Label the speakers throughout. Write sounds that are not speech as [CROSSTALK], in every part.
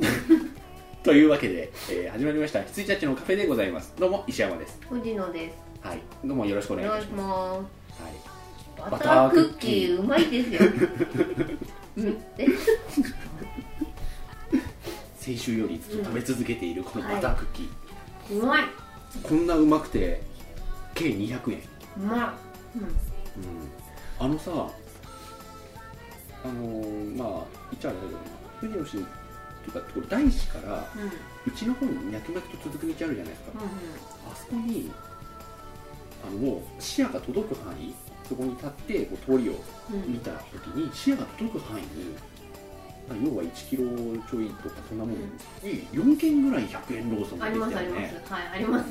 Speaker 1: [LAUGHS] というわけで、えー始まりました羊たちのカフェでございますどうも石山です
Speaker 2: 藤野です。
Speaker 1: はいどうもよろしくお
Speaker 2: お
Speaker 1: 願いいた
Speaker 2: 願い
Speaker 1: し
Speaker 2: し
Speaker 1: ま
Speaker 2: ますす。バ
Speaker 1: バタ
Speaker 2: タ
Speaker 1: ー
Speaker 2: ー
Speaker 1: ク
Speaker 2: ク
Speaker 1: ッ
Speaker 2: ッ
Speaker 1: キ
Speaker 2: キ
Speaker 1: ー
Speaker 2: ーうまいですよ。うんえ
Speaker 1: 先週よりずっと食べ続けているこのバタークッキー、
Speaker 2: うまい。
Speaker 1: こんなうまくて計200円、
Speaker 2: うまい。うん
Speaker 1: あのさあのーまあ言っちゃあれだけどな藤野氏というかこれ大師から
Speaker 2: うんうん
Speaker 1: うちの方に脈々と続く道あるじゃないですか、あそこにあのもう視野が届く範囲そこに立ってこう通りを
Speaker 2: うんう
Speaker 1: 見
Speaker 2: ん
Speaker 1: た時に視野が届く範囲にまあ要は1キロちょいとかそんなもんに4軒ぐらい100円ローソンが
Speaker 2: あ
Speaker 1: で
Speaker 2: り
Speaker 1: き
Speaker 2: ま
Speaker 1: た
Speaker 2: すあ
Speaker 1: よ
Speaker 2: りま
Speaker 1: ね
Speaker 2: す。はいあります。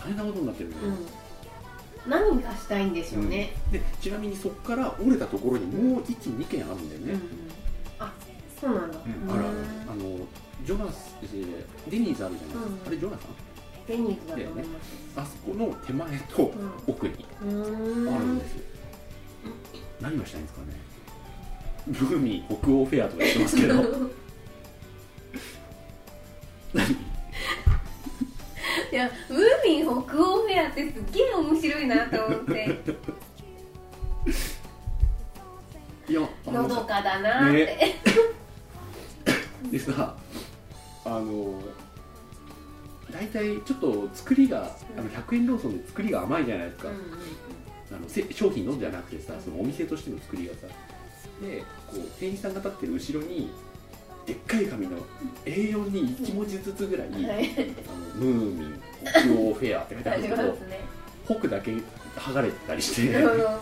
Speaker 1: 大変なことになってるね、
Speaker 2: うん。何がしたいんでしょうね。
Speaker 1: でちなみにそこから折れたところにもう12軒あるんだよ
Speaker 2: うんう
Speaker 1: ね、
Speaker 2: ん。あそうなんだ。
Speaker 1: あ
Speaker 2: う
Speaker 1: るある
Speaker 2: ん
Speaker 1: あのジョナスえーデニーズあるじゃないですか、
Speaker 2: うん
Speaker 1: あれジョナサン
Speaker 2: デニーズだと思います。
Speaker 1: あそこの手前と奥に
Speaker 2: うん。うー
Speaker 1: あるん
Speaker 2: ん
Speaker 1: ですよ、何がしたいんですかねブーミー北欧フェアとか言ってますけど
Speaker 2: [LAUGHS]
Speaker 1: 何
Speaker 2: いやムーミン北欧フェアってすっげえ面白いなと思って
Speaker 1: いやあ
Speaker 2: の
Speaker 1: の
Speaker 2: ど
Speaker 1: さ
Speaker 2: かだなって、
Speaker 1: でさあの大体ちょっと作りがあの100円ローソンで作りが甘いじゃないです
Speaker 2: う
Speaker 1: か、
Speaker 2: ん
Speaker 1: あのせ商品のんじゃなくてさそのお店としての作りがさでこう店員さんが立ってる後ろにでっかい紙の A4 に1文字ずつぐらい「
Speaker 2: うんはい
Speaker 1: あのムーミン北欧フェア」って書いてある
Speaker 2: あ
Speaker 1: んで
Speaker 2: り
Speaker 1: す
Speaker 2: ま
Speaker 1: け
Speaker 2: す
Speaker 1: ど
Speaker 2: ね
Speaker 1: 北だけ剥がれてたりし
Speaker 2: そう
Speaker 1: て
Speaker 2: そうそうそう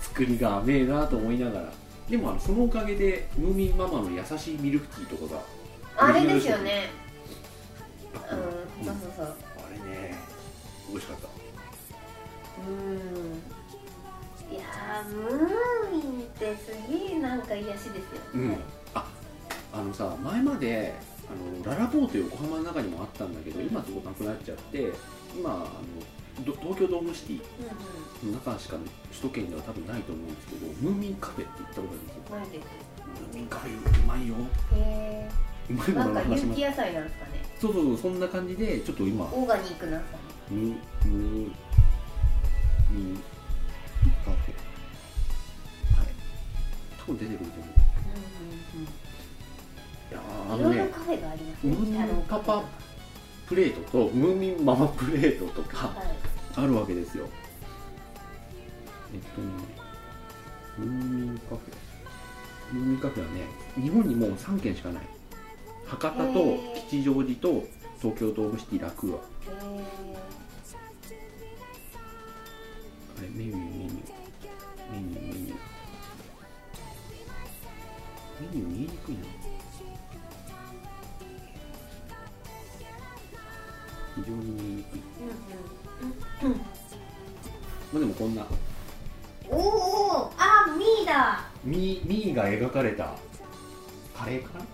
Speaker 1: 作りが甘えなと思いながらでもあのそのおかげでムーミンママの優しいミルクティーとかが
Speaker 2: [LAUGHS] あれですよね
Speaker 1: あ
Speaker 2: うん
Speaker 1: うん
Speaker 2: そう
Speaker 1: あ
Speaker 2: そうそう
Speaker 1: れね美味しかった
Speaker 2: うんいやームーミンってすげえなんか癒しですよ、
Speaker 1: うん
Speaker 2: はい
Speaker 1: ああのさ前まであのララポーという横浜の中にもあったんだけど今そこなくなっちゃって今あのど東京ドームシティ
Speaker 2: う
Speaker 1: の中しか首都圏では多分ないと思うんですけどムーミンカフェって行ったことあるんですよ
Speaker 2: んうん
Speaker 1: ムー
Speaker 2: ないです
Speaker 1: ミンカフェうまいよ
Speaker 2: へ
Speaker 1: うまい
Speaker 2: え
Speaker 1: も
Speaker 2: な
Speaker 1: の
Speaker 2: ん
Speaker 1: の
Speaker 2: か
Speaker 1: 話
Speaker 2: 有
Speaker 1: も
Speaker 2: 機野菜なんですかね
Speaker 1: そうそうそうそんな感じでちょっと今
Speaker 2: オーガニックなんですかね
Speaker 1: ムーミンミンカフェはい多分出てくると思ういやーあ
Speaker 2: うんう
Speaker 1: の
Speaker 2: んうんいろ
Speaker 1: ね
Speaker 2: いろカフェがあります
Speaker 1: ムーミ
Speaker 2: ね
Speaker 1: ン
Speaker 2: 太郎
Speaker 1: パパプレートとムーミンママプレートとか
Speaker 2: はい
Speaker 1: あるわけですよえっとねムーミンカフェムーミンカフェはね日本にもう3軒しかない博多
Speaker 2: へ
Speaker 1: と
Speaker 2: ー
Speaker 1: 吉祥寺と東京ドームシティラクーア
Speaker 2: へえ
Speaker 1: あれメニューメニューメニューメニューメニュー見えにくいな非常に見えにくい
Speaker 2: うんうん
Speaker 1: まあでもこんな
Speaker 2: おーおーあミーだ
Speaker 1: ミーミーが描かれたカレーかな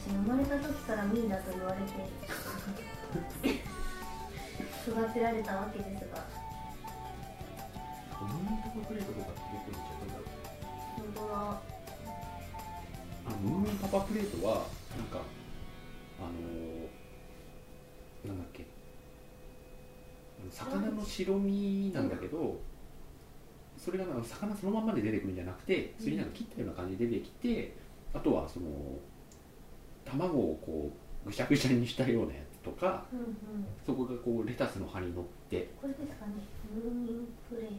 Speaker 2: 私生まれた時からミーだと言われて [LAUGHS] 育てられたわけですが
Speaker 1: ムーミンパパプレートとかってどこに行っちゃったんだろう
Speaker 2: 本当は
Speaker 1: あのムーミンパパプレートはなんかあのー、なんだっけあの魚の白身なんだけどそれがあの魚そのまんまで出てくるんじゃなくて釣りなんか切ったような感じで出てきてあとはその卵をこうぐしゃぐしゃにしたようなやつとか
Speaker 2: うんうん
Speaker 1: そこがこうレタスの葉に乗って
Speaker 2: これですかねムーミンプレート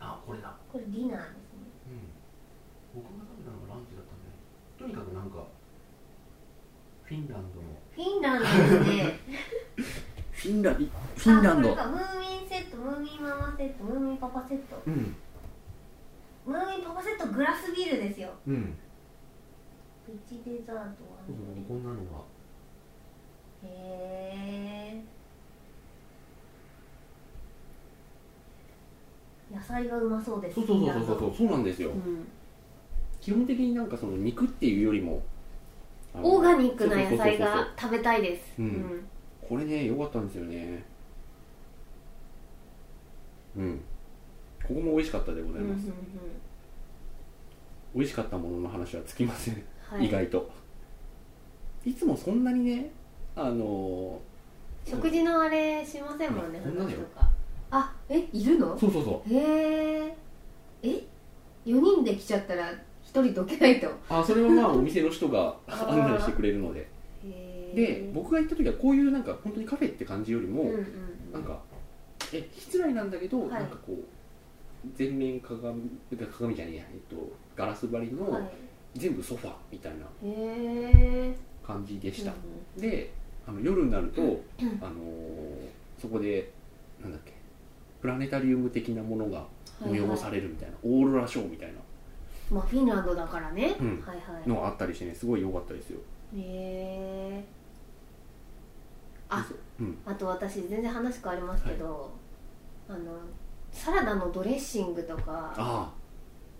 Speaker 1: あこれだ
Speaker 2: これディナーですね
Speaker 1: うん、僕が食べたのがランチだったんだよとにかくなんかフィンランドの
Speaker 2: フィンランドですね
Speaker 1: フィンラン [LAUGHS] フィンラン
Speaker 2: あこれ
Speaker 1: ド
Speaker 2: かムーミンセットムーミンママセットムーミンパパセット
Speaker 1: うん
Speaker 2: ムーミンパパセットグラスビールですよ
Speaker 1: うん
Speaker 2: プチデザートは
Speaker 1: そうそうこんなのが
Speaker 2: へえ野菜がうまそうです
Speaker 1: そうそうそうそう
Speaker 2: う
Speaker 1: そうそうなんですよ、
Speaker 2: ん、
Speaker 1: 基本的になんかその肉っていうよりもあの
Speaker 2: オーガニックな野菜
Speaker 1: そうそうそうそう
Speaker 2: が食べたいです
Speaker 1: うんこれね良かったんですよねうんここも美味しかったでご
Speaker 2: う
Speaker 1: ざ
Speaker 2: ん
Speaker 1: い
Speaker 2: うんうんう
Speaker 1: ま
Speaker 2: ん
Speaker 1: す、美味しかったものの話はつきません、
Speaker 2: はい
Speaker 1: 意外といつもそんなにねあの
Speaker 2: 食事のあれしませんもんね
Speaker 1: こんなの
Speaker 2: 話
Speaker 1: よ
Speaker 2: とかあえいるの
Speaker 1: そうそうそう
Speaker 2: へええ4人で来ちゃったら1人どけないとへ
Speaker 1: あそれはまあお店の人が
Speaker 2: [LAUGHS] あー
Speaker 1: 案内してくれるので
Speaker 2: え
Speaker 1: で僕が行った時はこういうなんか本当にカフェって感じよりも、
Speaker 2: うんうんう
Speaker 1: なん
Speaker 2: ん
Speaker 1: かえ失礼なんだけど、
Speaker 2: はい
Speaker 1: なんかこう全面鏡鏡じゃねえや、えっと、ガラス張りの、
Speaker 2: はい
Speaker 1: 全部ソファーみたいな
Speaker 2: へえ
Speaker 1: 感じでした、
Speaker 2: う
Speaker 1: であの夜になると、
Speaker 2: んうん
Speaker 1: あのーそこでなんだっけプラネタリウム的なものが
Speaker 2: はいはい
Speaker 1: 催されるみたいな、オーロラショーみたいな
Speaker 2: まあフィンランドだからね、
Speaker 1: うん
Speaker 2: はいはい
Speaker 1: のがあったりしてねすごい良かったですよ
Speaker 2: へえあ
Speaker 1: うん
Speaker 2: あと私全然話変わりますけど、あのサラダのドレッシングとか
Speaker 1: あ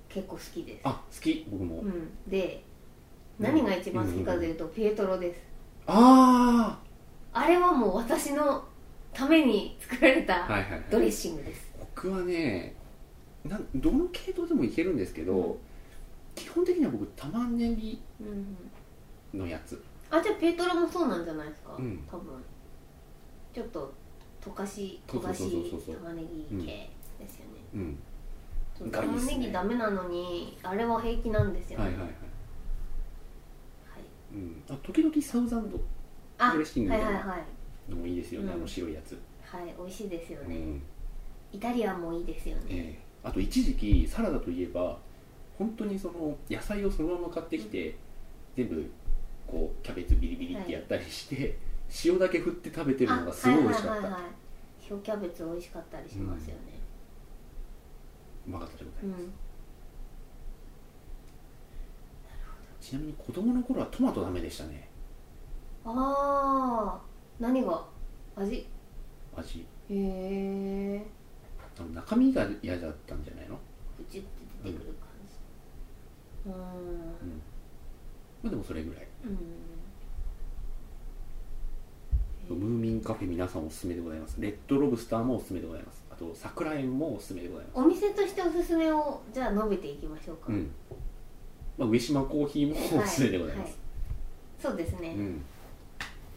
Speaker 2: 結構好きです
Speaker 1: ああ好き僕も、
Speaker 2: うん、で
Speaker 1: うん
Speaker 2: 何が一番好きかというとピエトロです
Speaker 1: あ
Speaker 2: あれはもう私のために作られ
Speaker 1: あ
Speaker 2: た
Speaker 1: はいはいはい
Speaker 2: ドレッシングです、
Speaker 1: 僕はねなんどの系統でもいけるんですけど、
Speaker 2: うん
Speaker 1: 基本的には僕玉ねぎ
Speaker 2: うん、
Speaker 1: のやつ
Speaker 2: あじゃあピエトロもそうなんじゃないですか、
Speaker 1: うん
Speaker 2: 多分ちょっと溶かし
Speaker 1: そ
Speaker 2: 溶
Speaker 1: うそ
Speaker 2: か
Speaker 1: うそう
Speaker 2: し
Speaker 1: そうそう
Speaker 2: 玉ねぎ系ですよね、
Speaker 1: うんうん
Speaker 2: 玉
Speaker 1: がいいっす
Speaker 2: ね
Speaker 1: ね
Speaker 2: ぎダメなのにあれは平気なんですよね、
Speaker 1: はいはいはい、
Speaker 2: はい
Speaker 1: うん、あ時々サウザンド
Speaker 2: あ
Speaker 1: ドレッシングみ
Speaker 2: は
Speaker 1: た
Speaker 2: い
Speaker 1: い
Speaker 2: は
Speaker 1: ない
Speaker 2: はい
Speaker 1: のもいいですよね、
Speaker 2: うん
Speaker 1: あの白いやつ、
Speaker 2: はい美味しいですよ
Speaker 1: う
Speaker 2: ね、
Speaker 1: ん
Speaker 2: イタリアンもいいですよね、
Speaker 1: ええあと一時期サラダといえば本当にその野菜をそのまま買ってきて、全部こうキャベツビリビリってやったりして、塩だけ振って食べてるのがすごい美味しかった、
Speaker 2: あはいはいはいはい塩キャベツ美味しかったりしますよね
Speaker 1: うまかったでござい
Speaker 2: うん、
Speaker 1: ます、ちなみに子供の頃はトマトダメでしたね
Speaker 2: ああ何が味
Speaker 1: 味
Speaker 2: へえ
Speaker 1: あの中身が嫌だったんじゃないの、
Speaker 2: プチって出てくる感じうーん
Speaker 1: うんまあ、でもそれぐらい、
Speaker 2: うん
Speaker 1: ムーミンカフェ皆さんおすすめでございますレッドロブスターもおすすめでございますあと桜園もおすすめでございます
Speaker 2: お店としておすすめをじゃあ述べていきましょうか、
Speaker 1: うんまあ、上島コーヒーもおすすめでございます、
Speaker 2: そうですね、
Speaker 1: うん、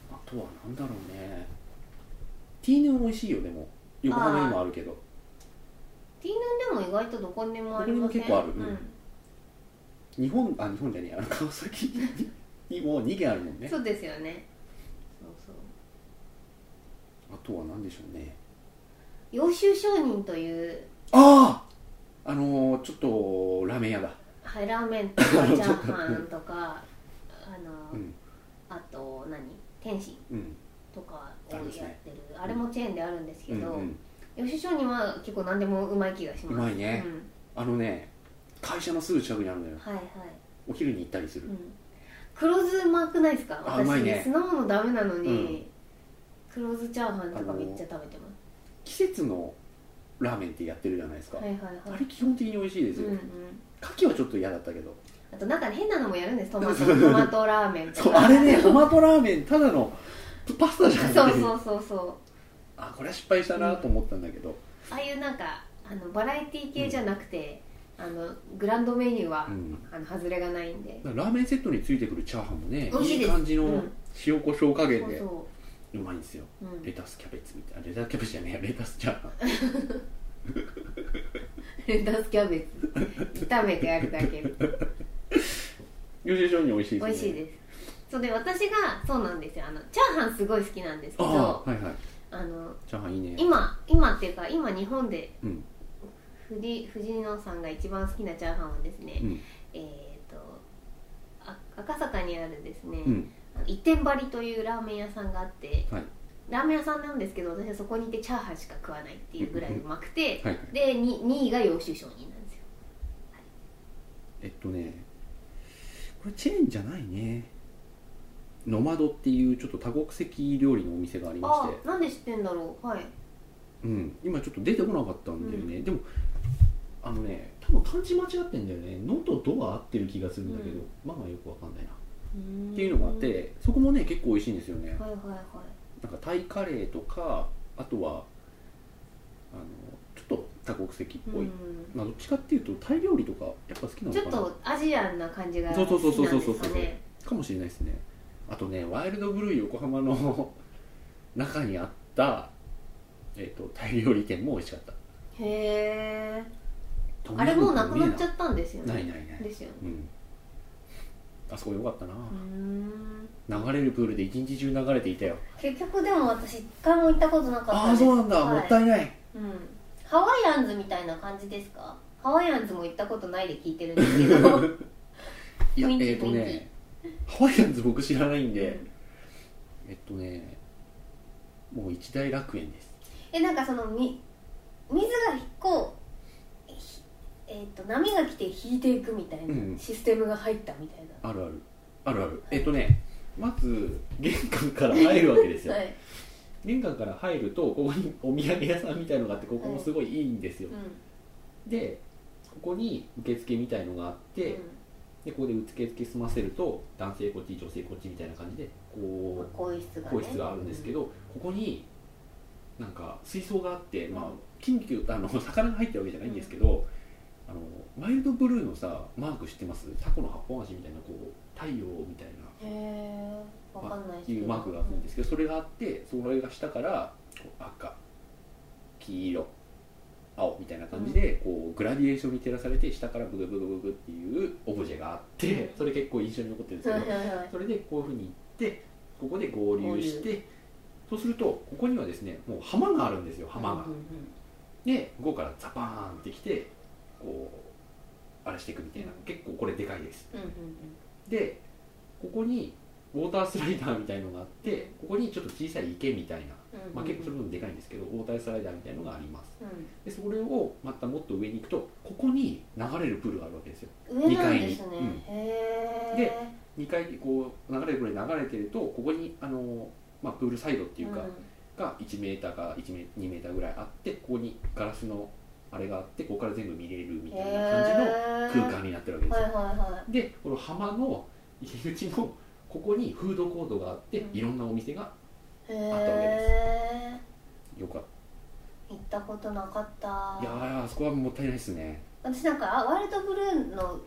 Speaker 1: あとはなんだろうねティーヌン美味しいよでも横浜にもあるけど
Speaker 2: ティーヌンでも意外とどこにもありません
Speaker 1: どこにも結構ある
Speaker 2: う
Speaker 1: うんん日本あ日本じゃねえあの川崎にも2軒あるもんね
Speaker 2: そうですよねそうそう
Speaker 1: あとは何でしょうね
Speaker 2: 洋州商人という
Speaker 1: あああのーちょっとラーメン屋だ
Speaker 2: はいラーメンとかチャーハン
Speaker 1: [LAUGHS]
Speaker 2: とかあの、
Speaker 1: うん
Speaker 2: あと何天津
Speaker 1: うん
Speaker 2: とかを
Speaker 1: あ
Speaker 2: やっ
Speaker 1: りま
Speaker 2: て
Speaker 1: す
Speaker 2: る
Speaker 1: ね
Speaker 2: あ,、れもチェーンであるんですけ
Speaker 1: うん
Speaker 2: ど、
Speaker 1: うん
Speaker 2: 吉祥人は結構何でもうまい気がします
Speaker 1: うまいねあのね会社のすぐ近くにあるの
Speaker 2: う
Speaker 1: よ
Speaker 2: んはいはい、
Speaker 1: お昼に行ったりする、
Speaker 2: うん、黒酢うまくないですか
Speaker 1: あうまいね
Speaker 2: 酢の物ダメなのに、
Speaker 1: うん
Speaker 2: 黒酢チャーハンとかめっちゃ食べてます
Speaker 1: 季節のラーメンってやってるじゃないですか、
Speaker 2: はいはい
Speaker 1: あ
Speaker 2: は
Speaker 1: れ
Speaker 2: い
Speaker 1: 基本的に美味しいですよ、
Speaker 2: うんうん、
Speaker 1: 牡蠣はちょっと嫌だったけ
Speaker 2: [LAUGHS]
Speaker 1: ど
Speaker 2: あとなんか変なのもやるんですト
Speaker 1: [LAUGHS]
Speaker 2: マトトマトラーメンと
Speaker 1: そう
Speaker 2: か
Speaker 1: あれねトマトラーメンただのパスタじゃん
Speaker 2: そうそうそうそう
Speaker 1: あこれは失敗したなと思ったんだけど、
Speaker 2: ああいうなんかあのバラエティ系じゃなくて、あのグランドメニューは、
Speaker 1: うん
Speaker 2: あの外れがないんで、
Speaker 1: ラーメンセットについてくるチャーハンもね
Speaker 2: 美味しいです
Speaker 1: 感じの
Speaker 2: うん
Speaker 1: 塩コショウ加減
Speaker 2: そう
Speaker 1: で
Speaker 2: そう
Speaker 1: まいんですよ
Speaker 2: う、うん、
Speaker 1: レ
Speaker 2: レ
Speaker 1: タスキャベツみたいなレタスキャベツじゃねえレタスチャーハン [LAUGHS]
Speaker 2: [LAUGHS] タスキャベツ炒めてやるだ
Speaker 1: [LAUGHS]
Speaker 2: け
Speaker 1: 優秀に美味しいです
Speaker 2: 美
Speaker 1: ね
Speaker 2: 味しいですそうで私がそうなんですよあのチャーハンすごい好きなんですけど
Speaker 1: あ
Speaker 2: あ
Speaker 1: あはいはい
Speaker 2: の
Speaker 1: チャーハンいいね
Speaker 2: 今今っていうか今日本で
Speaker 1: うん
Speaker 2: 藤藤井野さんが一番好きなチャーハンはですね、
Speaker 1: うん
Speaker 2: えっ、とあ赤坂にあるですね、
Speaker 1: うん
Speaker 2: あの一点張りというラーメン屋さんがあって、
Speaker 1: はい
Speaker 2: ラーメン屋さんなんですけど私はそこに行ってチャーハンしか食わないっていうぐらいうまくて
Speaker 1: はい
Speaker 2: で 2, 位が洋州商人なんですよ
Speaker 1: えっとねこれチェーンじゃないねノマドっていうちょっと多国籍料理のお店がありまし
Speaker 2: あ
Speaker 1: て
Speaker 2: なんで知ってんだろうはい
Speaker 1: うん、今ちょっと出てこなかったんだよね、でもあのね多分漢字間違ってんだよね「の」と「ど」は合ってる気がするんだけど、
Speaker 2: うん
Speaker 1: まあまあよくわかんないな、
Speaker 2: っ
Speaker 1: っていうのがあってそこもね結構美味しいんですよね、
Speaker 2: はいはいはい
Speaker 1: なんかタイカレーとかあとはあのちょっと多国籍っぽい、
Speaker 2: うん
Speaker 1: まあどっちかっていうとタイ料理とかやっぱ好きな
Speaker 2: ち
Speaker 1: の
Speaker 2: ょっ
Speaker 1: か
Speaker 2: とアジアンな感じが
Speaker 1: そうそうそうそうそう
Speaker 2: 好きなんですかね
Speaker 1: なかもしれないですねあとねワイルドブルー横浜の [LAUGHS] 中にあった、えー、とタイ料理店も美味しかった
Speaker 2: へえあれもうなくなっちゃったんですよね
Speaker 1: ないないない
Speaker 2: ですよね
Speaker 1: うんあそこよかったな
Speaker 2: うーん
Speaker 1: 流れるプールで一日中流れていたよ
Speaker 2: 結局でも私一回も行ったことなかった
Speaker 1: ああ
Speaker 2: です
Speaker 1: そうなんだ、
Speaker 2: はい
Speaker 1: もったいない
Speaker 2: うん、ハワイアンズみたいな感じですかハワイアンズも行ったことないで聞いてるんで
Speaker 1: [LAUGHS]
Speaker 2: すけど
Speaker 1: いやえ
Speaker 2: 雰
Speaker 1: っ
Speaker 2: 囲、気
Speaker 1: ー、と
Speaker 2: 雰囲
Speaker 1: ねハワイアンズ僕知らないんで、えっとねもう一大楽園です
Speaker 2: えなんかそのみ水がこうひえっ、と波が来て引いていくみたいな、
Speaker 1: うん
Speaker 2: システムが入ったみたいな
Speaker 1: あるあるあるあるえっとねまず玄関から入るわけですよ、
Speaker 2: はい、
Speaker 1: 玄関から入るとここにお土産屋さんみたいのがあってここもすごいいいんですよ
Speaker 2: う、ん
Speaker 1: でここに受付みたいのがあって、でここで受付済ませると男性こっち女性こっちみたいな感じで
Speaker 2: うん、
Speaker 1: こ
Speaker 2: 更衣室
Speaker 1: う
Speaker 2: が、ね、
Speaker 1: 更衣室があるんですけ
Speaker 2: ど、
Speaker 1: ど、ここになんか水槽があって、まあ、金魚あの魚が入ってるわけじゃないんですけど、あのワイルドブルーのさマーク知ってますタコの八本足みたいなこう太陽みたいな
Speaker 2: へえわかんない
Speaker 1: いうマークがあるんですすけどそれがあってそれが下からこう赤黄色青みたいな感じでこうグラディエーションに照らされて下からブグブグブグっていうオブジェがあってそれ結構印象に残ってるんです
Speaker 2: はい
Speaker 1: け
Speaker 2: は
Speaker 1: ど
Speaker 2: いはい
Speaker 1: それでこういうふうに行ってここで合流してそうするとここにはですねもう浜があるんですよ浜が
Speaker 2: うんうん
Speaker 1: でここからザバーンってきてこうあれしていくみたいな結構これでかいです
Speaker 2: うんうんうん
Speaker 1: でここにウォータースライダーみたいのがあってここにちょっと小さい池みたいな、
Speaker 2: うんうん
Speaker 1: まあ、結構それ
Speaker 2: う
Speaker 1: もでかいんですけどウォータースライダーみたいのがあります
Speaker 2: ん
Speaker 1: でそれをまたもっと上に行くとここに流れるプールがあるわけですよ
Speaker 2: 上なんです
Speaker 1: 二
Speaker 2: ね、
Speaker 1: 階にうん
Speaker 2: へえ
Speaker 1: で2階にこう流れるプールに流れてるとここにあの、まあ、プールサイドっていうか、が1メーターか1メ2メーターぐらいあってここにガラスのあれがあってここから全部見れるみたいな感じの空間になってるわけですよ
Speaker 2: はいはいは
Speaker 1: でこの浜の入り口のここにフードコートがあって、
Speaker 2: うん
Speaker 1: いろんなお店が
Speaker 2: いへ
Speaker 1: あったわけです
Speaker 2: え
Speaker 1: よかっ
Speaker 2: 行ったことなかった
Speaker 1: たいやーあそこはもったいないですね
Speaker 2: 私なんかあワイルドブルーの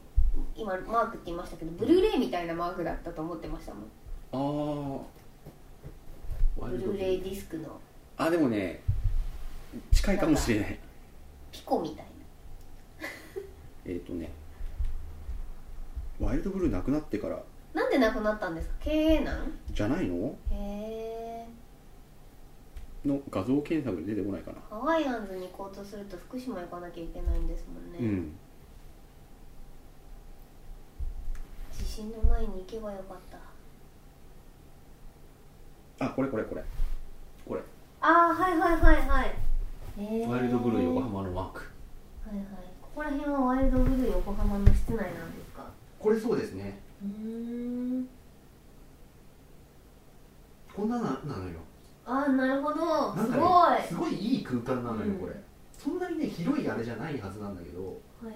Speaker 2: 今マークって言いましたけどブルーレイみたいなマークだったと思ってましたもん
Speaker 1: ああ
Speaker 2: ブルーレイディスクの
Speaker 1: あでもね近いかもしれない
Speaker 2: ピコみたい
Speaker 1: えっ、とねワイルドブルーなくなってから
Speaker 2: ななんでなくなったんですか経営難
Speaker 1: じゃないの
Speaker 2: へえ
Speaker 1: の画像検索で出てこないかな
Speaker 2: ハワイアンズに行こうとすると福島行かなきゃいけないんですもんね、
Speaker 1: うん
Speaker 2: 地震の前に行けばよかった
Speaker 1: あこれこれこれこれ
Speaker 2: ああはいはいはいはいへー
Speaker 1: ワイルドブルー横浜のマーク
Speaker 2: はいはいここら辺はワイルドブルー横浜の室内なんですか
Speaker 1: これそうですね
Speaker 2: うーん
Speaker 1: こんなななのよ
Speaker 2: ああなるほど
Speaker 1: なん
Speaker 2: す
Speaker 1: かね
Speaker 2: ごいはい
Speaker 1: すごいいい空間なのよ
Speaker 2: うん
Speaker 1: これ、そんなにね広いあれじゃないはずなんだけど
Speaker 2: はい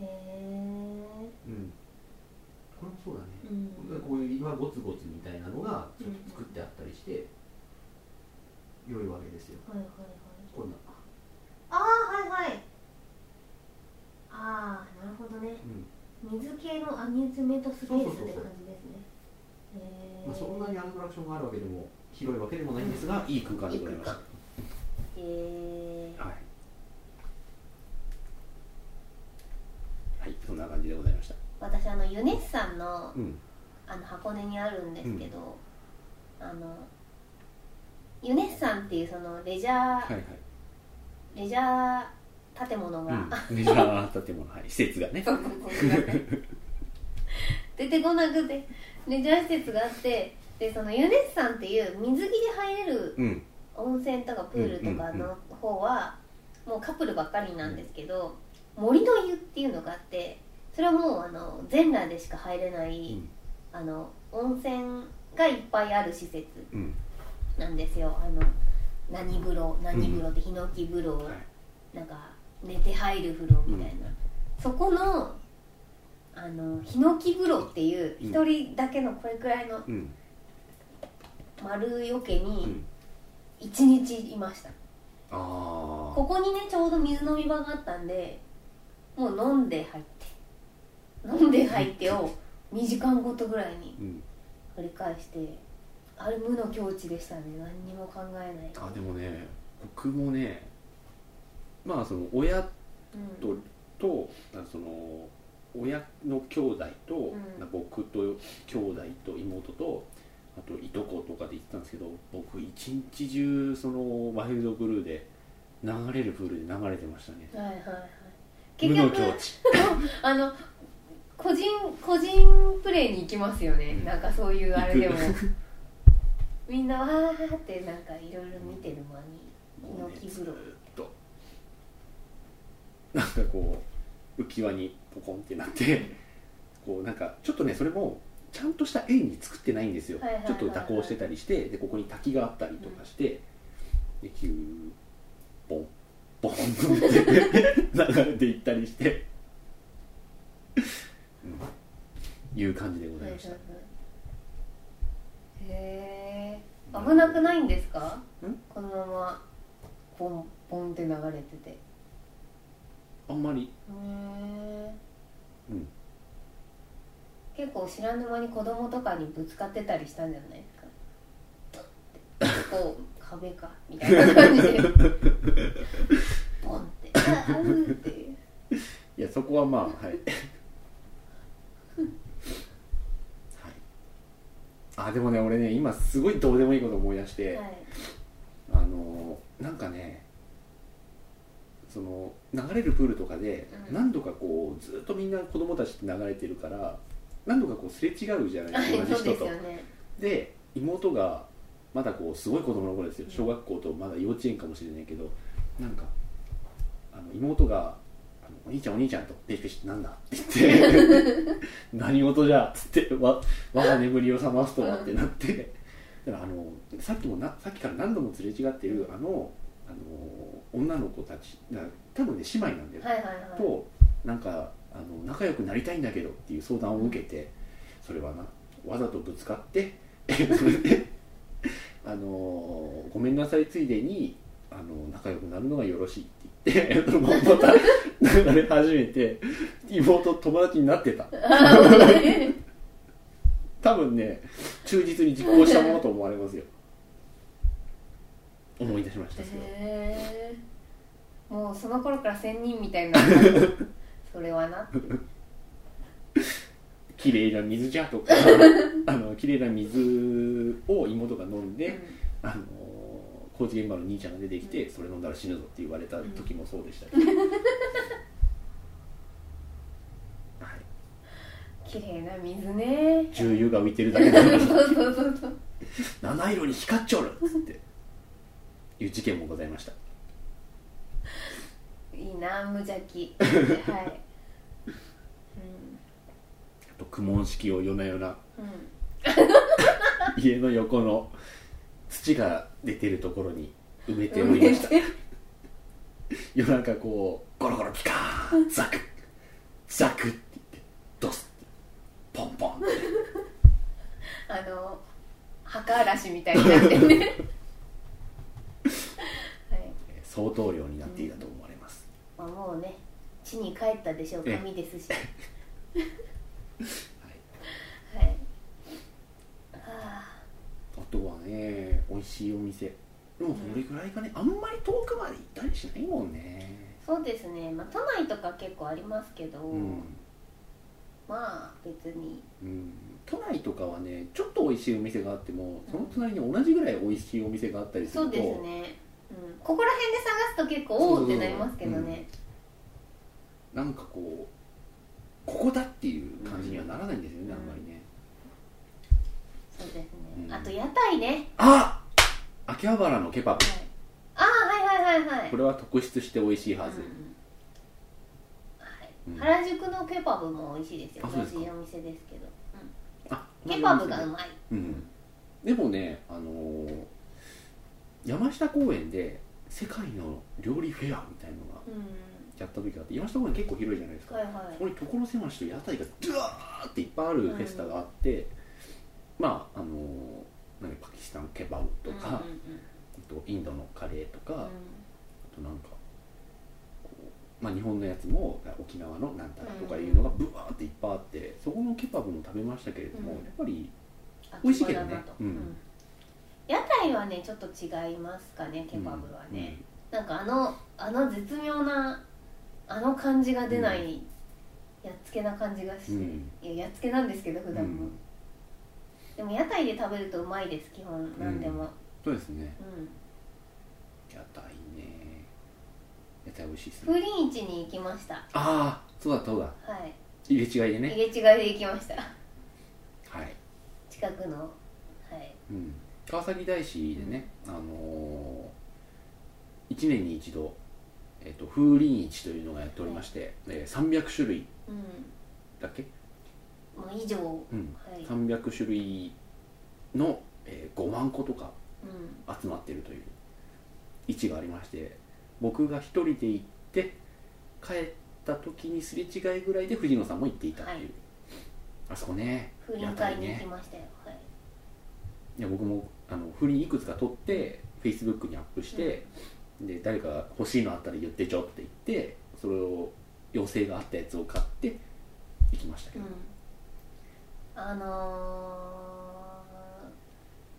Speaker 2: へえ
Speaker 1: うんこれもそうだね、
Speaker 2: うん
Speaker 1: こういう岩ゴツゴツみたいなのがちょっと作ってあったりして、良いわけですよ
Speaker 2: はいはいはい
Speaker 1: こんな、
Speaker 2: ああはいはいああなるほどね
Speaker 1: うん
Speaker 2: 水系のアミューズメントスペースって感じですねへえ
Speaker 1: まあ、そんなにアトラクションがあるわけでも広いわけでもないんですが、いい空間でございました
Speaker 2: いいへえ
Speaker 1: はいはいそんな感じでございました
Speaker 2: 私あのユネッサンの
Speaker 1: うん
Speaker 2: あの箱根にあるんですけど、あのユネッサンっていうそのレジャー、
Speaker 1: はいはい
Speaker 2: レジャー建物が、
Speaker 1: うん、メジャー建物、はい、施設がね
Speaker 2: そうそうそう [LAUGHS] 出てこなくてレジャー施設があってでそのユネッサンっていう水着で入れる
Speaker 1: うん
Speaker 2: 温泉とかプールとか
Speaker 1: うんうん
Speaker 2: の方はもうカップルばっかりなんですけど森の湯っていうのがあってそれはもうあの全裸でしか入れない、
Speaker 1: うん
Speaker 2: あの温泉がいっぱいある施設
Speaker 1: うん
Speaker 2: なんですよあの何風呂何風呂ってヒノキ風呂、
Speaker 1: はい
Speaker 2: なんか寝て入る風呂みたいな、そこのあのヒノキ風呂っていう
Speaker 1: うん
Speaker 2: 一人だけのこれくらいの
Speaker 1: うん
Speaker 2: 丸よけ
Speaker 1: う
Speaker 2: に
Speaker 1: ん
Speaker 2: 一日いました、
Speaker 1: ああ
Speaker 2: ここにねちょうど水飲み場があったんでもう飲んで入って飲んで入ってを2時間ごとぐらいに
Speaker 1: うん、
Speaker 2: 繰り返してあれ無の境地でしたね何にも考えない
Speaker 1: あでもね僕もねまあその親
Speaker 2: うん
Speaker 1: ととあその親の兄弟と、
Speaker 2: ん
Speaker 1: な僕と兄弟と妹とあといとことかで行ってたんですけど僕一日中そのワイルドブルーで流れるプールで流れてましたね
Speaker 2: はいはいはい
Speaker 1: 無
Speaker 2: 結
Speaker 1: の
Speaker 2: 局
Speaker 1: 境地
Speaker 2: あの個人個人プレーに行きますよね、
Speaker 1: うん
Speaker 2: なんかそういうあれでも
Speaker 1: 行
Speaker 2: [LAUGHS] みんなわーってなんかいろいろ見てる間に
Speaker 1: もうね
Speaker 2: 猪木
Speaker 1: ず
Speaker 2: 風
Speaker 1: ー
Speaker 2: 呂
Speaker 1: っとなんかこう浮き輪にポコンってなってこうなんかちょっとねそれもちゃんとした円に作ってないんですよ、
Speaker 2: はいはいはいはい
Speaker 1: ちょっと蛇行してたりしてでここに滝があったりとかして、でキューボンボンボンって [LAUGHS] 流れていったりして、うん、いう感じでございました、
Speaker 2: へえ
Speaker 1: うん
Speaker 2: 危なくないんですか
Speaker 1: ん
Speaker 2: このままポンポンって流れててへ
Speaker 1: あんまり
Speaker 2: え、
Speaker 1: うん
Speaker 2: 結構知らぬ間に子供とかにぶつかってたりしたんじゃないですかドッてこう壁かみたいな感じでポンってああうっていう
Speaker 1: いやそこはまあ
Speaker 2: [LAUGHS]
Speaker 1: はいはいあでもね俺ね今すごいどうでもいいこと思い出して、
Speaker 2: はい
Speaker 1: あのーなんかねその流れるプールとかで
Speaker 2: うん
Speaker 1: 何度かこうずっとみんな子供たちって流れてるから何度かこうすれ違うじゃな
Speaker 2: はいい
Speaker 1: 同じ
Speaker 2: そう
Speaker 1: 人
Speaker 2: です
Speaker 1: と
Speaker 2: よね
Speaker 1: で妹がまだこうすごい子供の頃ですよ小学校とまだ幼稚園かもしれないけどなんかあの妹があの「お兄ちゃんお兄ちゃん」と「ペシペシってなんだ?」って言って「何事じゃ」っつってわ我が眠りを覚ますとはってなってだからあのさっきもなさっきから何度もすれ違ってるあのあの女の子たちだから多分ね姉妹なんだよ
Speaker 2: はいはいはい
Speaker 1: となんかあの仲良くなりたいんだけどっていう相談を受けてそれはなわざとぶつかって [LAUGHS] それであのーごめんなさいついでにあの仲良くなるのがよろしいって言って [LAUGHS] また流れ始めて妹と友達になってた多分ね忠実に実行したものと思われますよ思い出しましたそれは
Speaker 2: へえもうその頃から仙人みたいなそれはな
Speaker 1: 綺麗な水じゃとか [LAUGHS] あの綺麗な水を妹が飲んで、あのー工事現場の兄ちゃんが出てきて、それ飲んだら死ぬぞって言われた時もそうでした [LAUGHS] けど、はい、
Speaker 2: 綺麗な水ね
Speaker 1: 重油が浮いてるだけなのに
Speaker 2: そうそうそうそう
Speaker 1: 七色に光っちょるっつっていう事件もございました
Speaker 2: いいな無邪
Speaker 1: [LAUGHS]
Speaker 2: 気はい
Speaker 1: あと苦悶式を夜な夜な
Speaker 2: うん、うん、
Speaker 1: 家の横の土が出てるところに埋めておりました夜中こうゴロゴロピカーンザクザクって言ってドスってポンポンって
Speaker 2: あの墓嵐みたいになっ
Speaker 1: [LAUGHS]
Speaker 2: てねはい、
Speaker 1: えー相当量になっていたと思われます、
Speaker 2: まあ、もうね地に帰ったでしょう
Speaker 1: ええ
Speaker 2: 神で
Speaker 1: [LAUGHS]
Speaker 2: すし
Speaker 1: はい、
Speaker 2: はいあ
Speaker 1: あとはね美味しいお店でもそれぐらいかねあんまり遠くまで行ったりしないもんね
Speaker 2: ーそうですね、まあ、都内とか結構ありますけど、
Speaker 1: うん、
Speaker 2: まあ別に
Speaker 1: うん、都内とかはねちょっと美味しいお店があってもその隣に同じぐらい美味しいお店があったりす
Speaker 2: そ
Speaker 1: る
Speaker 2: う
Speaker 1: と
Speaker 2: ですね、うん、ここら辺で探すと結構おおってなりますけどね
Speaker 1: なんかこうここだっていう感じにはならないんですよね、
Speaker 2: うん
Speaker 1: あんまりね
Speaker 2: そうですね、
Speaker 1: うん
Speaker 2: あと屋台ね、
Speaker 1: あ秋葉原のケパブ
Speaker 2: はい、ああはいはいはいはい
Speaker 1: これは特筆して美味しいはず、
Speaker 2: うんはい
Speaker 1: うん
Speaker 2: 原宿のケパブも美味しいですよ
Speaker 1: あそう
Speaker 2: 同
Speaker 1: です
Speaker 2: じ
Speaker 1: か
Speaker 2: お店ですけど、う
Speaker 1: あ
Speaker 2: ん、ケパブがうまい
Speaker 1: うん、でもね、あのー山下公園で世界の料理フェアみたいのが
Speaker 2: うん
Speaker 1: やった時があって山下公園結構広いじゃないですか、
Speaker 2: はいはい
Speaker 1: そこに所狭しと屋台がドゥワーっていっぱいあるフェスタがあって、まああのーなんかパキスタンケバブとか、あ
Speaker 2: うんうんう
Speaker 1: と
Speaker 2: ん
Speaker 1: インドのカレーとか、
Speaker 2: うん
Speaker 1: あとなんかこうまあ、日本のやつも沖縄のなんたらとかいうのがブワーっていっぱいあってそこのケバブも食べましたけれども、
Speaker 2: うん
Speaker 1: やっぱり美
Speaker 2: 美
Speaker 1: 味しいけどねうん
Speaker 2: 屋台はねちょっと違いますかねケバブはね、、なんかあのあの絶妙なあの感じが出ない、やっつけな感じがして、
Speaker 1: うん
Speaker 2: いややっつけなんですけど
Speaker 1: う
Speaker 2: 普
Speaker 1: ん
Speaker 2: 段
Speaker 1: う
Speaker 2: も、
Speaker 1: ん
Speaker 2: でも屋台で食べるとうまいです基本何でも
Speaker 1: そうですね
Speaker 2: うん、
Speaker 1: 屋台ね屋台美味しいです
Speaker 2: 風
Speaker 1: ね
Speaker 2: 鈴市に行きました
Speaker 1: ああそうだそうだ
Speaker 2: はい
Speaker 1: 入れ違いでね
Speaker 2: 入れ違いで行きました
Speaker 1: はい、
Speaker 2: 近くのはい
Speaker 1: うん、川崎大師でね、あのー、1年に一度、えっと風鈴市というのがやっておりまして、えー、300種類
Speaker 2: うん
Speaker 1: だっけ、
Speaker 2: まあ以上は
Speaker 1: うん、
Speaker 2: い、うん、
Speaker 1: 300種類の、えー5万個とか集まってるという位置がありまして僕が一人で行って帰った時にすれ違いぐらいで藤野さんも行っていたっていう、
Speaker 2: はい
Speaker 1: あそこね
Speaker 2: 風鈴会に行きましたよ、はい
Speaker 1: いや僕もあの振りいくつか撮ってフェイスブックにアップして、で誰か欲しいのあったら言ってちょって言ってそれを要請があったやつを買って行きましたけ
Speaker 2: う
Speaker 1: ど、
Speaker 2: ん、あの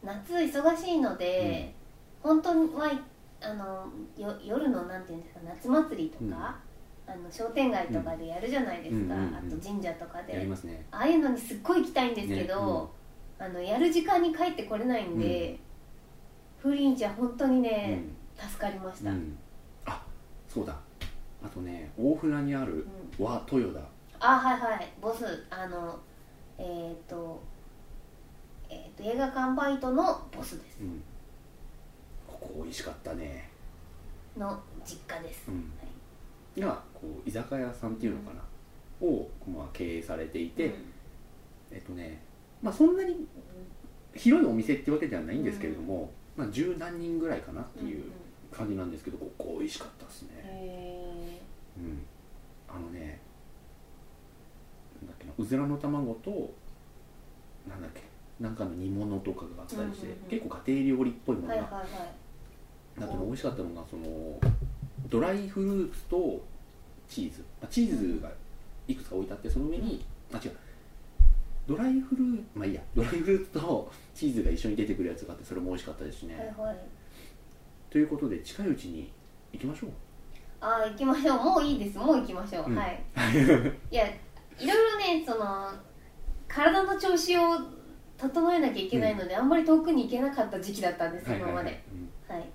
Speaker 2: ー夏忙しいので、本当はいあのよ夜のなんていうんですか夏祭りとか、あの商店街とかでやるじゃないですか、
Speaker 1: うんうんうんうん
Speaker 2: あと神社とか
Speaker 1: やり
Speaker 2: で、
Speaker 1: ますね
Speaker 2: ああいうのにすっごい行きたいんですけど、あのやる時間に帰ってこれないんで、風鈴市は本当に
Speaker 1: ね
Speaker 2: ね、助かりまし
Speaker 1: うん、
Speaker 2: た、
Speaker 1: う
Speaker 2: うん
Speaker 1: ん、あそうだあとね大船にある和豊田
Speaker 2: あはいはいボスあのえっ、とえっ、と映画館バイトのボスです
Speaker 1: うん、ここ美味しかったね、
Speaker 2: の実家です、
Speaker 1: うん
Speaker 2: は
Speaker 1: がこう居酒屋さんっていうのかな、を、まあ、経営されてい
Speaker 2: い
Speaker 1: て、
Speaker 2: うん
Speaker 1: えっとね、まあ、そんなに広いお店ってわけではないんですけれども、まあ、十何人ぐらいかなっていうん
Speaker 2: ん
Speaker 1: う感じなんですけど、ここ美味しかったですね、
Speaker 2: へ
Speaker 1: うん、あのねなんだっけなうずらの卵となんだっけなんかの煮物とかがあったりして、
Speaker 2: うんうんうん
Speaker 1: 結構家庭料理っぽいも
Speaker 2: ー
Speaker 1: の
Speaker 2: はいはい
Speaker 1: が
Speaker 2: はい
Speaker 1: だって美味しかったのがそのドライフルーツとチーズまあチーズがいくつか置いてあってその上にあ違うドライフルーまあいいやドライフルーツとチーズが一緒に出てくるやつがあってそれも美味しかったですしね、
Speaker 2: はいはい
Speaker 1: ということで近いうちに行きましょう
Speaker 2: あー行きましょうもういいですもう行きましょう、
Speaker 1: うん [LAUGHS]
Speaker 2: はいいやいろいろねその体の調子を整えなきゃいけないので、あんまり遠くに行けなかった時期だったんです今まで
Speaker 1: うん
Speaker 2: はい、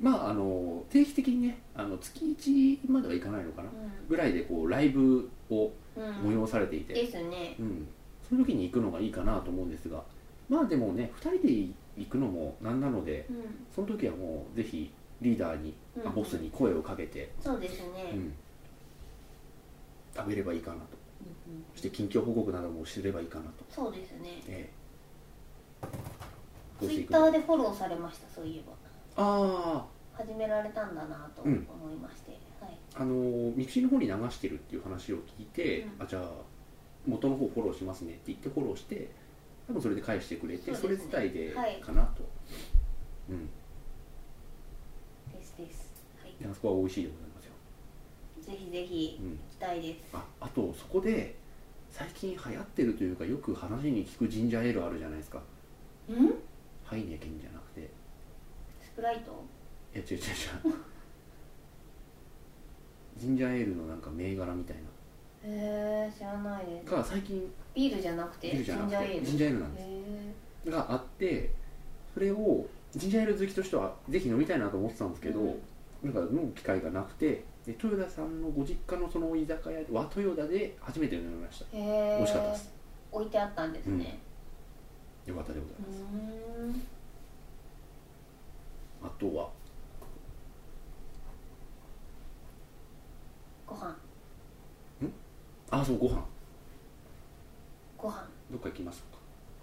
Speaker 1: まああの定期的にねあの月1まではいかないのかなぐらいでこうライブを
Speaker 2: うん、うん、
Speaker 1: 催されていて、
Speaker 2: ですね
Speaker 1: うん、その時に行くのがいいかなと思うんですがまあでもね2人で行くのもなんなので
Speaker 2: うん
Speaker 1: その時はもうぜひリーダーに、あ
Speaker 2: うん
Speaker 1: ボスに声をかけて、
Speaker 2: そうですね、
Speaker 1: うん食べればいいかなと
Speaker 2: うんうん
Speaker 1: そして近況報告などもすればいいかなと、
Speaker 2: そうですね
Speaker 1: ええ
Speaker 2: ツイッター
Speaker 1: で
Speaker 2: でフォローされましたそういえば
Speaker 1: あ
Speaker 2: 始められたんだなと
Speaker 1: う
Speaker 2: 思い
Speaker 1: ん
Speaker 2: まして、はい
Speaker 1: ああのーミクシーの方に流してるっていう話を聞いて、
Speaker 2: うん
Speaker 1: あじゃあ元の方フォローしますねって言ってフォローして多分それで返してくれてそ,、
Speaker 2: そう
Speaker 1: れ
Speaker 2: ですね
Speaker 1: 自体で
Speaker 2: はい
Speaker 1: かなと、うん
Speaker 2: ですですはい
Speaker 1: であそこは美味しいでございますよ、
Speaker 2: ぜひぜひ
Speaker 1: うん
Speaker 2: 行きたいです
Speaker 1: ああとそこで最近流行ってるというかよく話に聞くジンジャーエールあるじゃないですか
Speaker 2: ん
Speaker 1: ハイネケンじゃなくてい
Speaker 2: スプライト
Speaker 1: や違う違う違うジンジャーエールのなんか銘柄みたい
Speaker 2: へえ知らないです
Speaker 1: なが最近
Speaker 2: ビールじゃなくて
Speaker 1: ビールじゃなくて
Speaker 2: ジンジャーエール
Speaker 1: ジンジャーエールなんで
Speaker 2: へえ
Speaker 1: すがあってそれをジンジャーエール好きとしてはぜひ飲みたいなと思ってたんですけど、
Speaker 2: うん
Speaker 1: なんか飲む機会がなくてで豊田さんのご実家のその居酒屋は豊田で初めて飲みました
Speaker 2: へえ
Speaker 1: 美味しかったです
Speaker 2: 置いてあったんですね
Speaker 1: よかったでございうます、
Speaker 2: ーん
Speaker 1: あとは
Speaker 2: ご飯
Speaker 1: あそうご飯
Speaker 2: ご飯
Speaker 1: どっか行きましょうか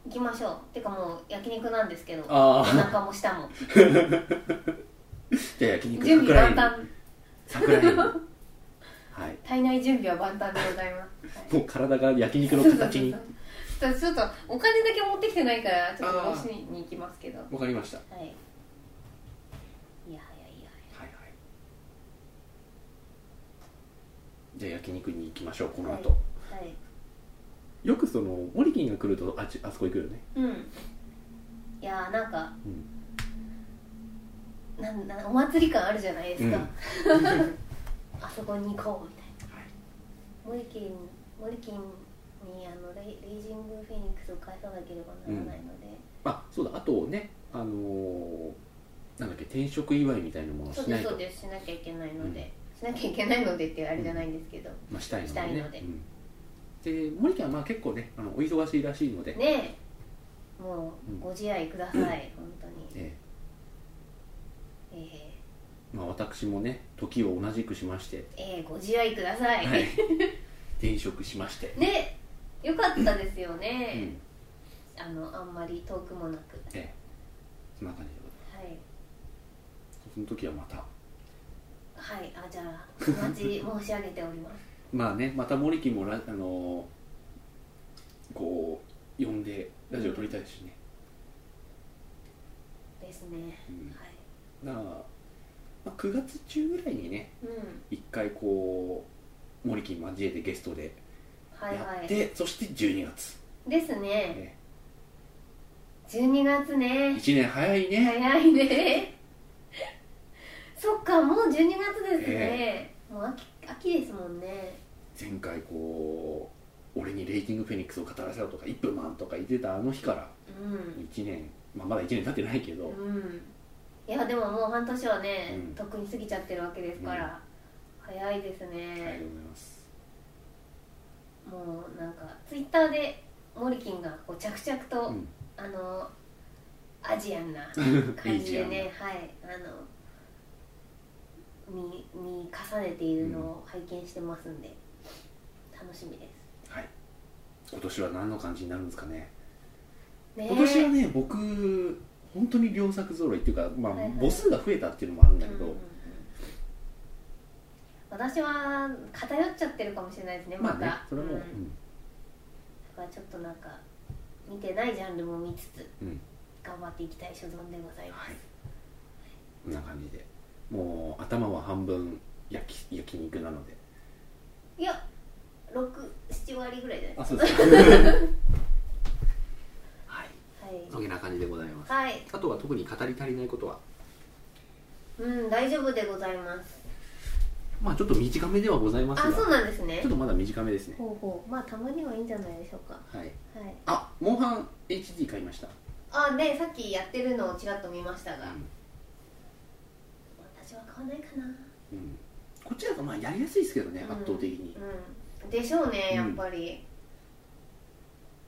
Speaker 2: 行きましょうてかもう焼肉なんですけど
Speaker 1: あ
Speaker 2: お腹も舌も
Speaker 1: じゃあ焼肉
Speaker 2: 準備万
Speaker 1: 桜エビ
Speaker 2: 端
Speaker 1: 桜エビはい
Speaker 2: 体内準備は万端でございます、はい
Speaker 1: もう体が焼肉の形に
Speaker 2: そうそうそうちょっとお金だけ持ってきてないからちょっと申しに行きますけどは
Speaker 1: わかりましたはい
Speaker 2: いやいやいや
Speaker 1: いはいじゃあ焼肉に行きましょうこの後、
Speaker 2: はい
Speaker 1: よくそのモリキンが来るとあちあそこ行くよね
Speaker 2: うんいやーなんか、
Speaker 1: うん
Speaker 2: なんなんお祭り感あるじゃないですか、
Speaker 1: うん
Speaker 2: [LAUGHS] あそこに行こうみたい
Speaker 1: はい
Speaker 2: なモリキンモリキンにあのレイレイジングフェニックスを返さなければならないので、
Speaker 1: あそうだあとねあのーなんだっけ転職祝いみたいなものをし
Speaker 2: そう
Speaker 1: ない
Speaker 2: ですそ
Speaker 1: と
Speaker 2: うですしなきゃいけないので、しなきゃいけないのでってあれじゃないんですけど、
Speaker 1: まあ、したいのでね
Speaker 2: したいので
Speaker 1: うん、でモリキンはまあ結構ねあのお忙しいらしいので、
Speaker 2: ねえも
Speaker 1: うん
Speaker 2: うご自愛ください、本当に
Speaker 1: え
Speaker 2: え
Speaker 1: えまあ、私もね時を同じくしまして、
Speaker 2: えええご自愛ください、 [LAUGHS]
Speaker 1: はい、転職しまして、
Speaker 2: ねよかったですよ
Speaker 1: う
Speaker 2: ね、
Speaker 1: ん
Speaker 2: あのあんまり遠くもなく
Speaker 1: ええそんな感じで
Speaker 2: はい
Speaker 1: その時はまた
Speaker 2: はいあじゃあお待ち申し上げております
Speaker 1: まあねまたモリキンもラあのーこう呼んでラジオ撮りたいしね、
Speaker 2: ですね
Speaker 1: うん
Speaker 2: はい
Speaker 1: だから、まあ、9月中ぐらいにね
Speaker 2: うん
Speaker 1: 一回こう森木交えてゲストで
Speaker 2: はい
Speaker 1: や
Speaker 2: は
Speaker 1: っ
Speaker 2: い
Speaker 1: て、そして12月、
Speaker 2: ですね
Speaker 1: ね、
Speaker 2: 12月ね
Speaker 1: 1年早いね、
Speaker 2: 早いね [LAUGHS] そっかもう12月ですね、もう秋秋ですもんね
Speaker 1: 前回こう俺にレイティングフェニックスを語らせろとか1分マンとか言ってたあの日から
Speaker 2: うん
Speaker 1: 1年、まあ、まだ1年経ってないけど、
Speaker 2: うんいやでももう半年はね、
Speaker 1: うん
Speaker 2: とっくに過ぎちゃってるわけですから、早いです
Speaker 1: ありがと
Speaker 2: ね
Speaker 1: う、ございます
Speaker 2: もうなんかツイッターでモリキンがこう着々と、
Speaker 1: うん
Speaker 2: あのアジア
Speaker 1: [LAUGHS]
Speaker 2: ンな感じでねはいあの見見重ねているのを拝見してますんで、楽しみです
Speaker 1: はい今年は何の感じになるんですかね、
Speaker 2: ねえ
Speaker 1: 今年はね僕本当に良作揃いっていうか、まあ
Speaker 2: はいはい
Speaker 1: 母数が増えたっていうのもあるんだけ
Speaker 2: うんうん
Speaker 1: ど、
Speaker 2: うん私は偏っちゃってるかもしれないですねま
Speaker 1: まあねそ
Speaker 2: た、
Speaker 1: れはもう、
Speaker 2: うんだからちょっとなんか見てないジャンルも見つつ、
Speaker 1: うん
Speaker 2: 頑張っていきたい所存でございます、
Speaker 1: はい、こんな感じでもう頭は半分焼き焼き肉なので
Speaker 2: い、や67割ぐらいじゃないで
Speaker 1: あそうですか [LAUGHS] はい
Speaker 2: す
Speaker 1: そ
Speaker 2: か
Speaker 1: んな感じでございます
Speaker 2: はい、はい、
Speaker 1: あとは特に語り足りないことは
Speaker 2: うん大丈夫でございます
Speaker 1: まあちょっと短めではございますが
Speaker 2: あそうなんです
Speaker 1: ち
Speaker 2: ね
Speaker 1: ょっとまだ短めですね
Speaker 2: ほうほうまあたまにはいいんじゃないでしょうか
Speaker 1: はい
Speaker 2: はい
Speaker 1: あモンハン HD 買いました、
Speaker 2: あねさっきやってるのをちらっと見ましたが、
Speaker 1: う
Speaker 2: 私は買わないかなん
Speaker 1: うん、こっちだとまあやりやすいですけどね、
Speaker 2: うん
Speaker 1: 圧倒的に
Speaker 2: うんでしょうねやっぱり、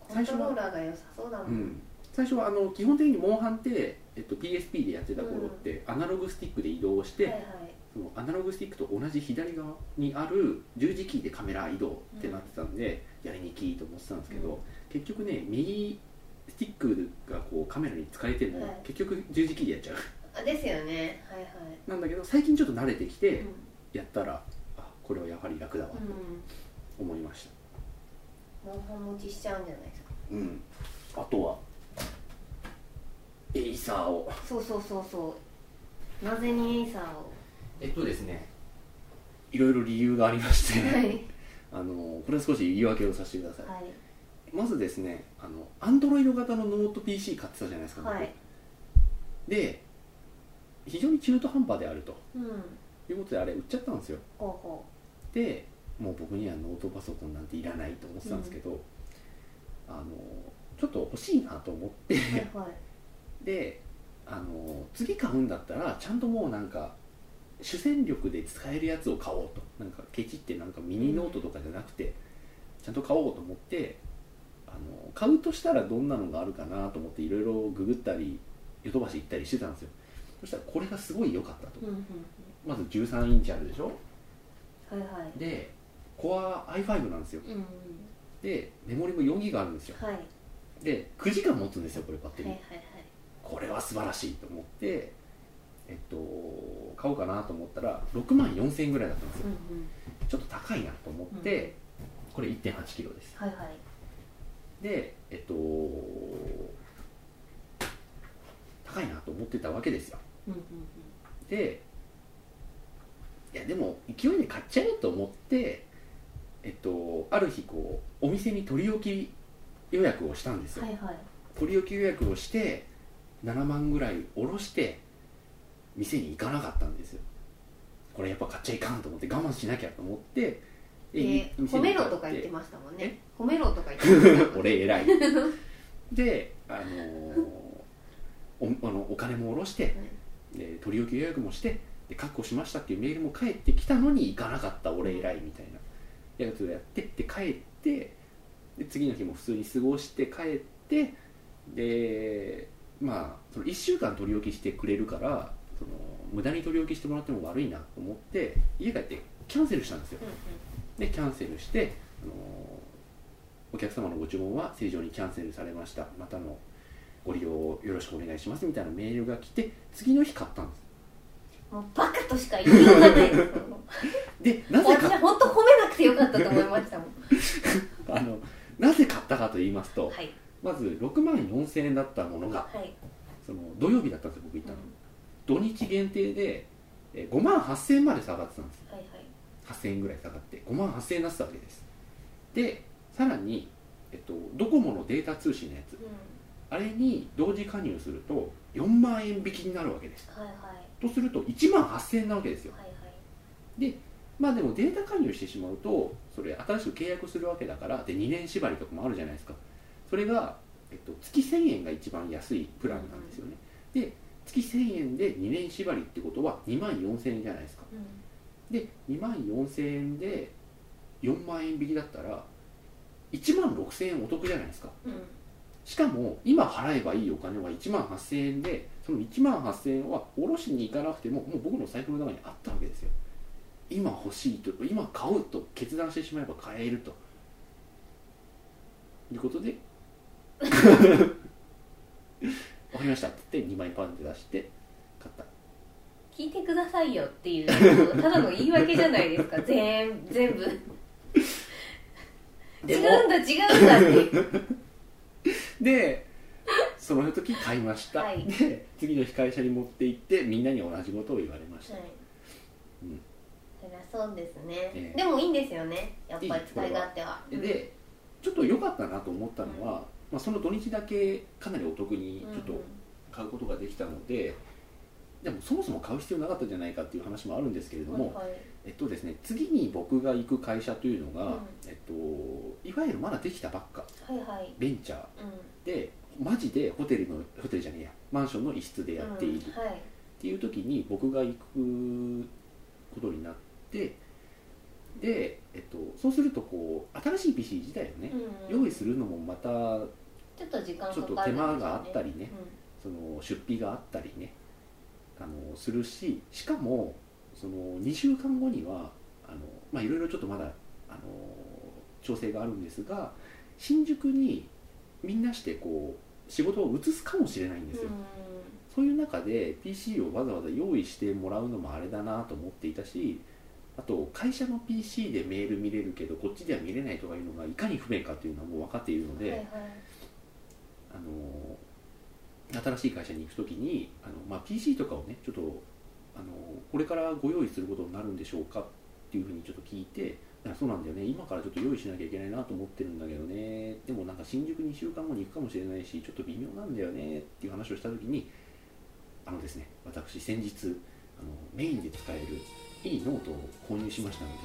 Speaker 2: コントローラーが良さそうだもん、
Speaker 1: うん最初はあの基本的にモンハンって、えっと、PSP でやってた頃って、アナログスティックで移動して、
Speaker 2: はいはい
Speaker 1: そのアナログスティックと同じ左側にある十字キーでカメラ移動ってなってたんで、やりにきいと思ってたんですけど、
Speaker 2: うん
Speaker 1: 結局ね右スティックがこうカメラに使えても、
Speaker 2: はい
Speaker 1: 結局十字キーでやっちゃう
Speaker 2: あですよねはいはい
Speaker 1: なんだけど最近ちょっと慣れてきて
Speaker 2: う
Speaker 1: やったら、あこれはやはり楽だわと
Speaker 2: ん、
Speaker 1: 思いました、
Speaker 2: モンハン持ちしちゃうんじゃないですか
Speaker 1: うんあとはエイサーを
Speaker 2: そうそうそうそうなぜにエイサーを
Speaker 1: えっとですねいろいろ理由がありまして
Speaker 2: はい
Speaker 1: あのこれは少し言い訳をさせてください
Speaker 2: はい
Speaker 1: まずですねあのアンドロイド型のノート PC 買ってたじゃないですか、僕
Speaker 2: はい
Speaker 1: で非常に中途半端であると
Speaker 2: うん
Speaker 1: いうことであれ売っちゃったんですよ
Speaker 2: ほうほ
Speaker 1: でもう僕にはノートパソコンなんていらないと思ってたんですけど、あのちょっと欲しいなと思 [LAUGHS] って
Speaker 2: うはいはい
Speaker 1: であの次買うんだったらちゃんともうなんか主戦力で使えるやつを買おうとなんかケチってなんかミニノートとかじゃなくて、ちゃんと買おうと思ってあの買うとしたらどんなのがあるかなと思っていろいろググったりヨドバシ行ったりしてたんですよそしたらこれがすごい良かったと
Speaker 2: うんうん
Speaker 1: まず13インチあるでしょ
Speaker 2: うんはいはい
Speaker 1: で Core i5 なんですよ
Speaker 2: うんうん
Speaker 1: でメモリも4ギガあるんですよ
Speaker 2: はいはい
Speaker 1: で9時間持つんですよこれバッテ
Speaker 2: はい
Speaker 1: リー、
Speaker 2: はい
Speaker 1: これは素晴らしいと思って、えっと、買おうかなと思ったら6万4000円ぐらいだったんです
Speaker 2: う
Speaker 1: よ
Speaker 2: んうん
Speaker 1: ちょっと高いなと思って、これ1 8キロです
Speaker 2: はいはい
Speaker 1: でえっと高いなと思ってたわけですよ
Speaker 2: うんうん
Speaker 1: でいやでも勢いで買っちゃえと思ってある日こうお店に取り置き予約をしたんですよ、
Speaker 2: はいはい
Speaker 1: 取り置き予約をして7万ぐらい下ろして店に行かなかったんですよこれやっぱ買っちゃいかんと思って我慢しなきゃと思って
Speaker 2: えー
Speaker 1: 店
Speaker 2: 褒
Speaker 1: に
Speaker 2: め
Speaker 1: 行
Speaker 2: ろ
Speaker 1: っ
Speaker 2: とか言っててましたもんね褒めろとか言って [LAUGHS] ましたもんね
Speaker 1: 俺偉いであのーおあ [LAUGHS] のお金も下ろしてで取り置き予約もしてで確保しましたっていうメールも返ってきたのに行かなかった俺偉いみたいなやつをやってって帰ってで次の日も普通に過ごして帰ってでまあその1週間取り置きしてくれるからその無駄に取り置きしてもらっても悪いなと思って家帰ってキャンセルしたんですよ
Speaker 2: うん
Speaker 1: で
Speaker 2: うん
Speaker 1: キャンセルして、あのーお客様のご注文は正常にキャンセルされましたまたのご利用をよろしくお願いしますみたいなメールが来て次の日買ったんです
Speaker 2: もうバカとしか言いようがないですもん
Speaker 1: でなぜ
Speaker 2: 私
Speaker 1: か
Speaker 2: は本当褒めなくてよかったと思いましたもん
Speaker 1: あのなぜ買ったかと言いますと
Speaker 2: はい
Speaker 1: まず6万4000円だったものが
Speaker 2: はい
Speaker 1: その土曜日だったんですよ僕行ったの、土日限定で5万8000円まで下がってたんです
Speaker 2: はいはい
Speaker 1: 8000円ぐらい下がって5万8000円になってたわけですでさらに、えっと、ドコモのデータ通信のやつ
Speaker 2: う
Speaker 1: あれに同時加入すると4万円引きになるわけです
Speaker 2: んはいはい
Speaker 1: とすると1万8000円なわけですよ
Speaker 2: はいは
Speaker 1: まあでもデータ加入してしまうとそれ新しく契約するわけだからで2年縛りとかもあるじゃないですかそれが、えっと、月1000円が一番安いプランなんですよねで月1000円で2年縛りってことは2万4000円じゃないですか
Speaker 2: いうん
Speaker 1: で2万4000円で4万円引きだったら1万6000円お得じゃないですか
Speaker 2: うん
Speaker 1: しかも今払えばいいお金は1万8000円でその1万8000円は下ろしに行かなくてももう僕の財布の中にあったわけですよ今欲しいと今買おうと決断してしまえば買えるということで [LAUGHS] わかりましたって言って2万円パンって出して買った
Speaker 2: 聞いてくださいよっていうただの言い訳じゃないですか全全部違
Speaker 1: で
Speaker 2: う
Speaker 1: も
Speaker 2: んだ違うんだっていう
Speaker 1: でその時買いました、
Speaker 2: はい
Speaker 1: で次の日会社に持って行ってみんなに同じことを言われました、うん
Speaker 2: そりゃそうですね、
Speaker 1: ええ
Speaker 2: でもいいんですよねやっぱ
Speaker 1: いい
Speaker 2: り使い勝手はうん
Speaker 1: でちょっと良かったなと思ったのは、まあ、その土日だけかなりお得にちょっ
Speaker 2: うん
Speaker 1: と買うことができたので、でもそもそも買う必要なかったじゃないかっていう話もあるんですけれど
Speaker 2: うん
Speaker 1: も、
Speaker 2: はいはい
Speaker 1: えっとですね、次に僕が行く会社というのが、
Speaker 2: うん
Speaker 1: えっと、いわゆるまだできたばっか
Speaker 2: はいはい
Speaker 1: ベンチャー
Speaker 2: うん
Speaker 1: でマジでホテルのホテルじゃねえやマンションの一室でやっている、
Speaker 2: うんは
Speaker 1: っ
Speaker 2: い
Speaker 1: ていう時に僕が行くことになってで、えっと、そうするとこう新しい PC 自体をね、
Speaker 2: うん
Speaker 1: 用意するのもまた
Speaker 2: ちょっと時間かか
Speaker 1: ちょ
Speaker 2: る
Speaker 1: っ
Speaker 2: ん
Speaker 1: と
Speaker 2: です
Speaker 1: 手
Speaker 2: よね
Speaker 1: 間があったりねその出費があったりねあのするししかもその2週間後にはあのまあいろいろちょっとまだあの調整があるんですが新宿にみんなしてこう仕事を移すかもしれないん
Speaker 2: うん
Speaker 1: ですよ、
Speaker 2: うん
Speaker 1: そういう中で PC をわざわざ用意してもらうのもあれだなと思っていたしあと会社の PC でメール見れるけどこっちでは見れないとかいうのがいかに不便かっていうのはもう分かっているので、
Speaker 2: はいはい
Speaker 1: あの新しい会社に行くときにあの、まあ、PC とかをねちょっとあのこれからご用意することになるんでしょうかっていうふうにちょっと聞いてあそうなんだよね今からちょっと用意しなきゃいけないなと思ってるんだけどねでもなんか新宿2週間後に行くかもしれないしちょっと微妙なんだよねっていう話をしたときにあのですね私先日あのメインで使えるいいノートを購入しましたので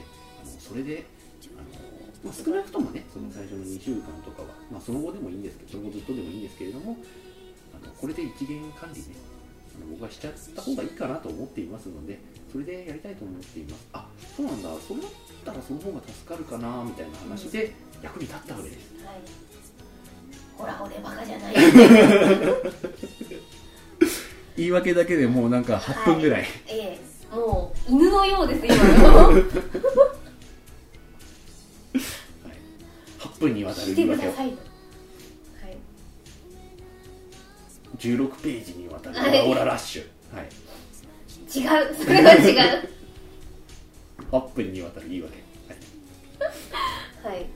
Speaker 1: あのそれであのまあ、少なくともねその最初の2週間とかは、まあ、その後でもいいんですけどその後ずっとでもいいんですけれどもあのこれで一元管理ねあの僕はしちゃった方がいいかなと思っていますのでそれでやりたいと思っていますあそうなんだそれだったらその方が助かるかなみたいな話で役に立ったわけです
Speaker 2: はいほら俺バカじゃない [LAUGHS]
Speaker 1: 言い訳だけでもうなんか
Speaker 2: 8分ぐ
Speaker 1: らい、
Speaker 2: ええもう犬のようです
Speaker 1: [LAUGHS]
Speaker 2: 今の
Speaker 1: 8分にわたる
Speaker 2: 聞
Speaker 1: 言
Speaker 2: いて
Speaker 1: い訳
Speaker 2: くだ
Speaker 1: を
Speaker 2: さい。はい。
Speaker 1: 16ページにわたる
Speaker 2: はい
Speaker 1: オララッシュ、はい、
Speaker 2: 違う。それは違う。
Speaker 1: [LAUGHS] 8分にわたる言い訳、はい、
Speaker 2: はい。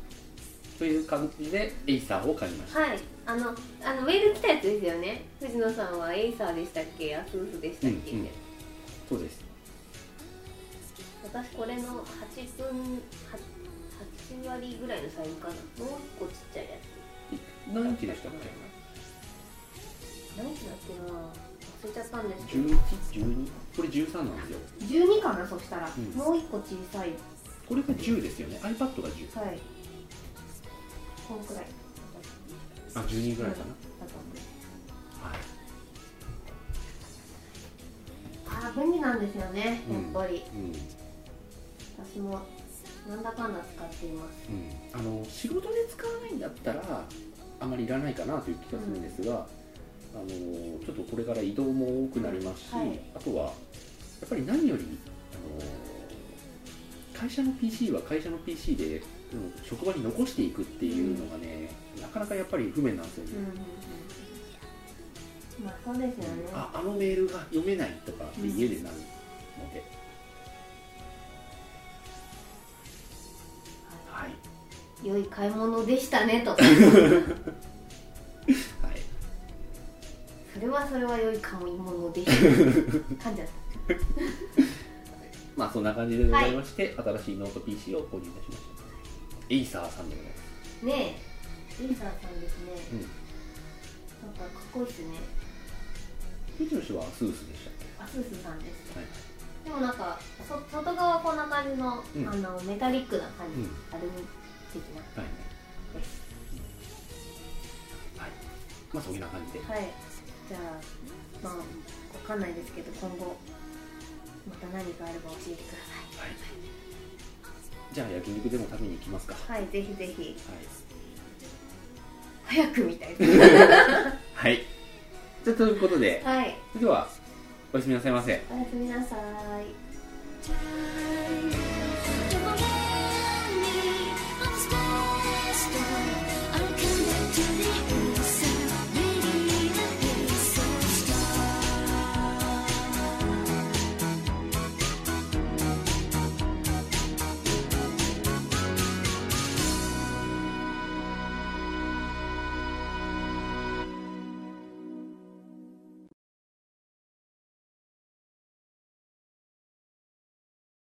Speaker 1: という感じでエイサーを買いました
Speaker 2: はい。あの、あのメール来たやつですよね。藤野さんはエイサーでしたっけ、アスースでしたっけ、
Speaker 1: うんうんそうです
Speaker 2: 私これの八分八八8割ぐらいのサイズかなもう一個ちっちゃいや
Speaker 1: 何キでしたっけ
Speaker 2: つ何キだっけな忘れちゃったんですけど
Speaker 1: 11、12これ13なんですよ
Speaker 2: 12かなそしたら、
Speaker 1: うん
Speaker 2: もう一個小さい
Speaker 1: これが10ですよね iPad が10
Speaker 2: はいこんくらい
Speaker 1: あ12ぐらいかな、
Speaker 2: だと思う
Speaker 1: はい
Speaker 2: あー便利なんですよねやっ
Speaker 1: うん
Speaker 2: ぱり、
Speaker 1: うん
Speaker 2: 私もなんだかんだ使っています
Speaker 1: うん、あの仕事で使わないんだったらあまりいらないかなという気がするんですが、あのちょっとこれから移動も多くなりますし、
Speaker 2: はい
Speaker 1: あとはやっぱり何よりあの会社の PC は会社の PC で、うん職場に残していくっていうのがね、なかなかやっぱり不便なんですよね、
Speaker 2: まあそうですよね
Speaker 1: ああのメールが読めないとかって家でなるので、はい
Speaker 2: 良い買い物でしたね
Speaker 1: [LAUGHS]
Speaker 2: と
Speaker 1: はい
Speaker 2: それはそれは良い買い
Speaker 1: [LAUGHS]
Speaker 2: 物でした噛んじゃっ
Speaker 1: まあそんな感じでございまして、新しいノート PC を購入いたしましたエイサーさんでございます
Speaker 2: たねえリーサーさんですね、
Speaker 1: うん
Speaker 2: なんかかっこいいですね
Speaker 1: 藤野氏はスースでしたっ
Speaker 2: アスースさんです
Speaker 1: け、はい
Speaker 2: でもなんかそ外側はこんな感じの,、
Speaker 1: うん
Speaker 2: あのメタリックな感じ、
Speaker 1: うん
Speaker 2: アルミ的な
Speaker 1: はい
Speaker 2: です
Speaker 1: はいまあそんな感じで
Speaker 2: はいじゃあまあわかんないですけど今後また何かあれば教えてくだ
Speaker 1: はいじゃあ焼肉でも食べに行きますかは
Speaker 2: さいはいぜひぜひ
Speaker 1: い、
Speaker 2: 早くみたいな
Speaker 1: はい、じゃあということで
Speaker 2: はい
Speaker 1: それではおやすみなさいませ
Speaker 2: おやすみなさい
Speaker 3: Time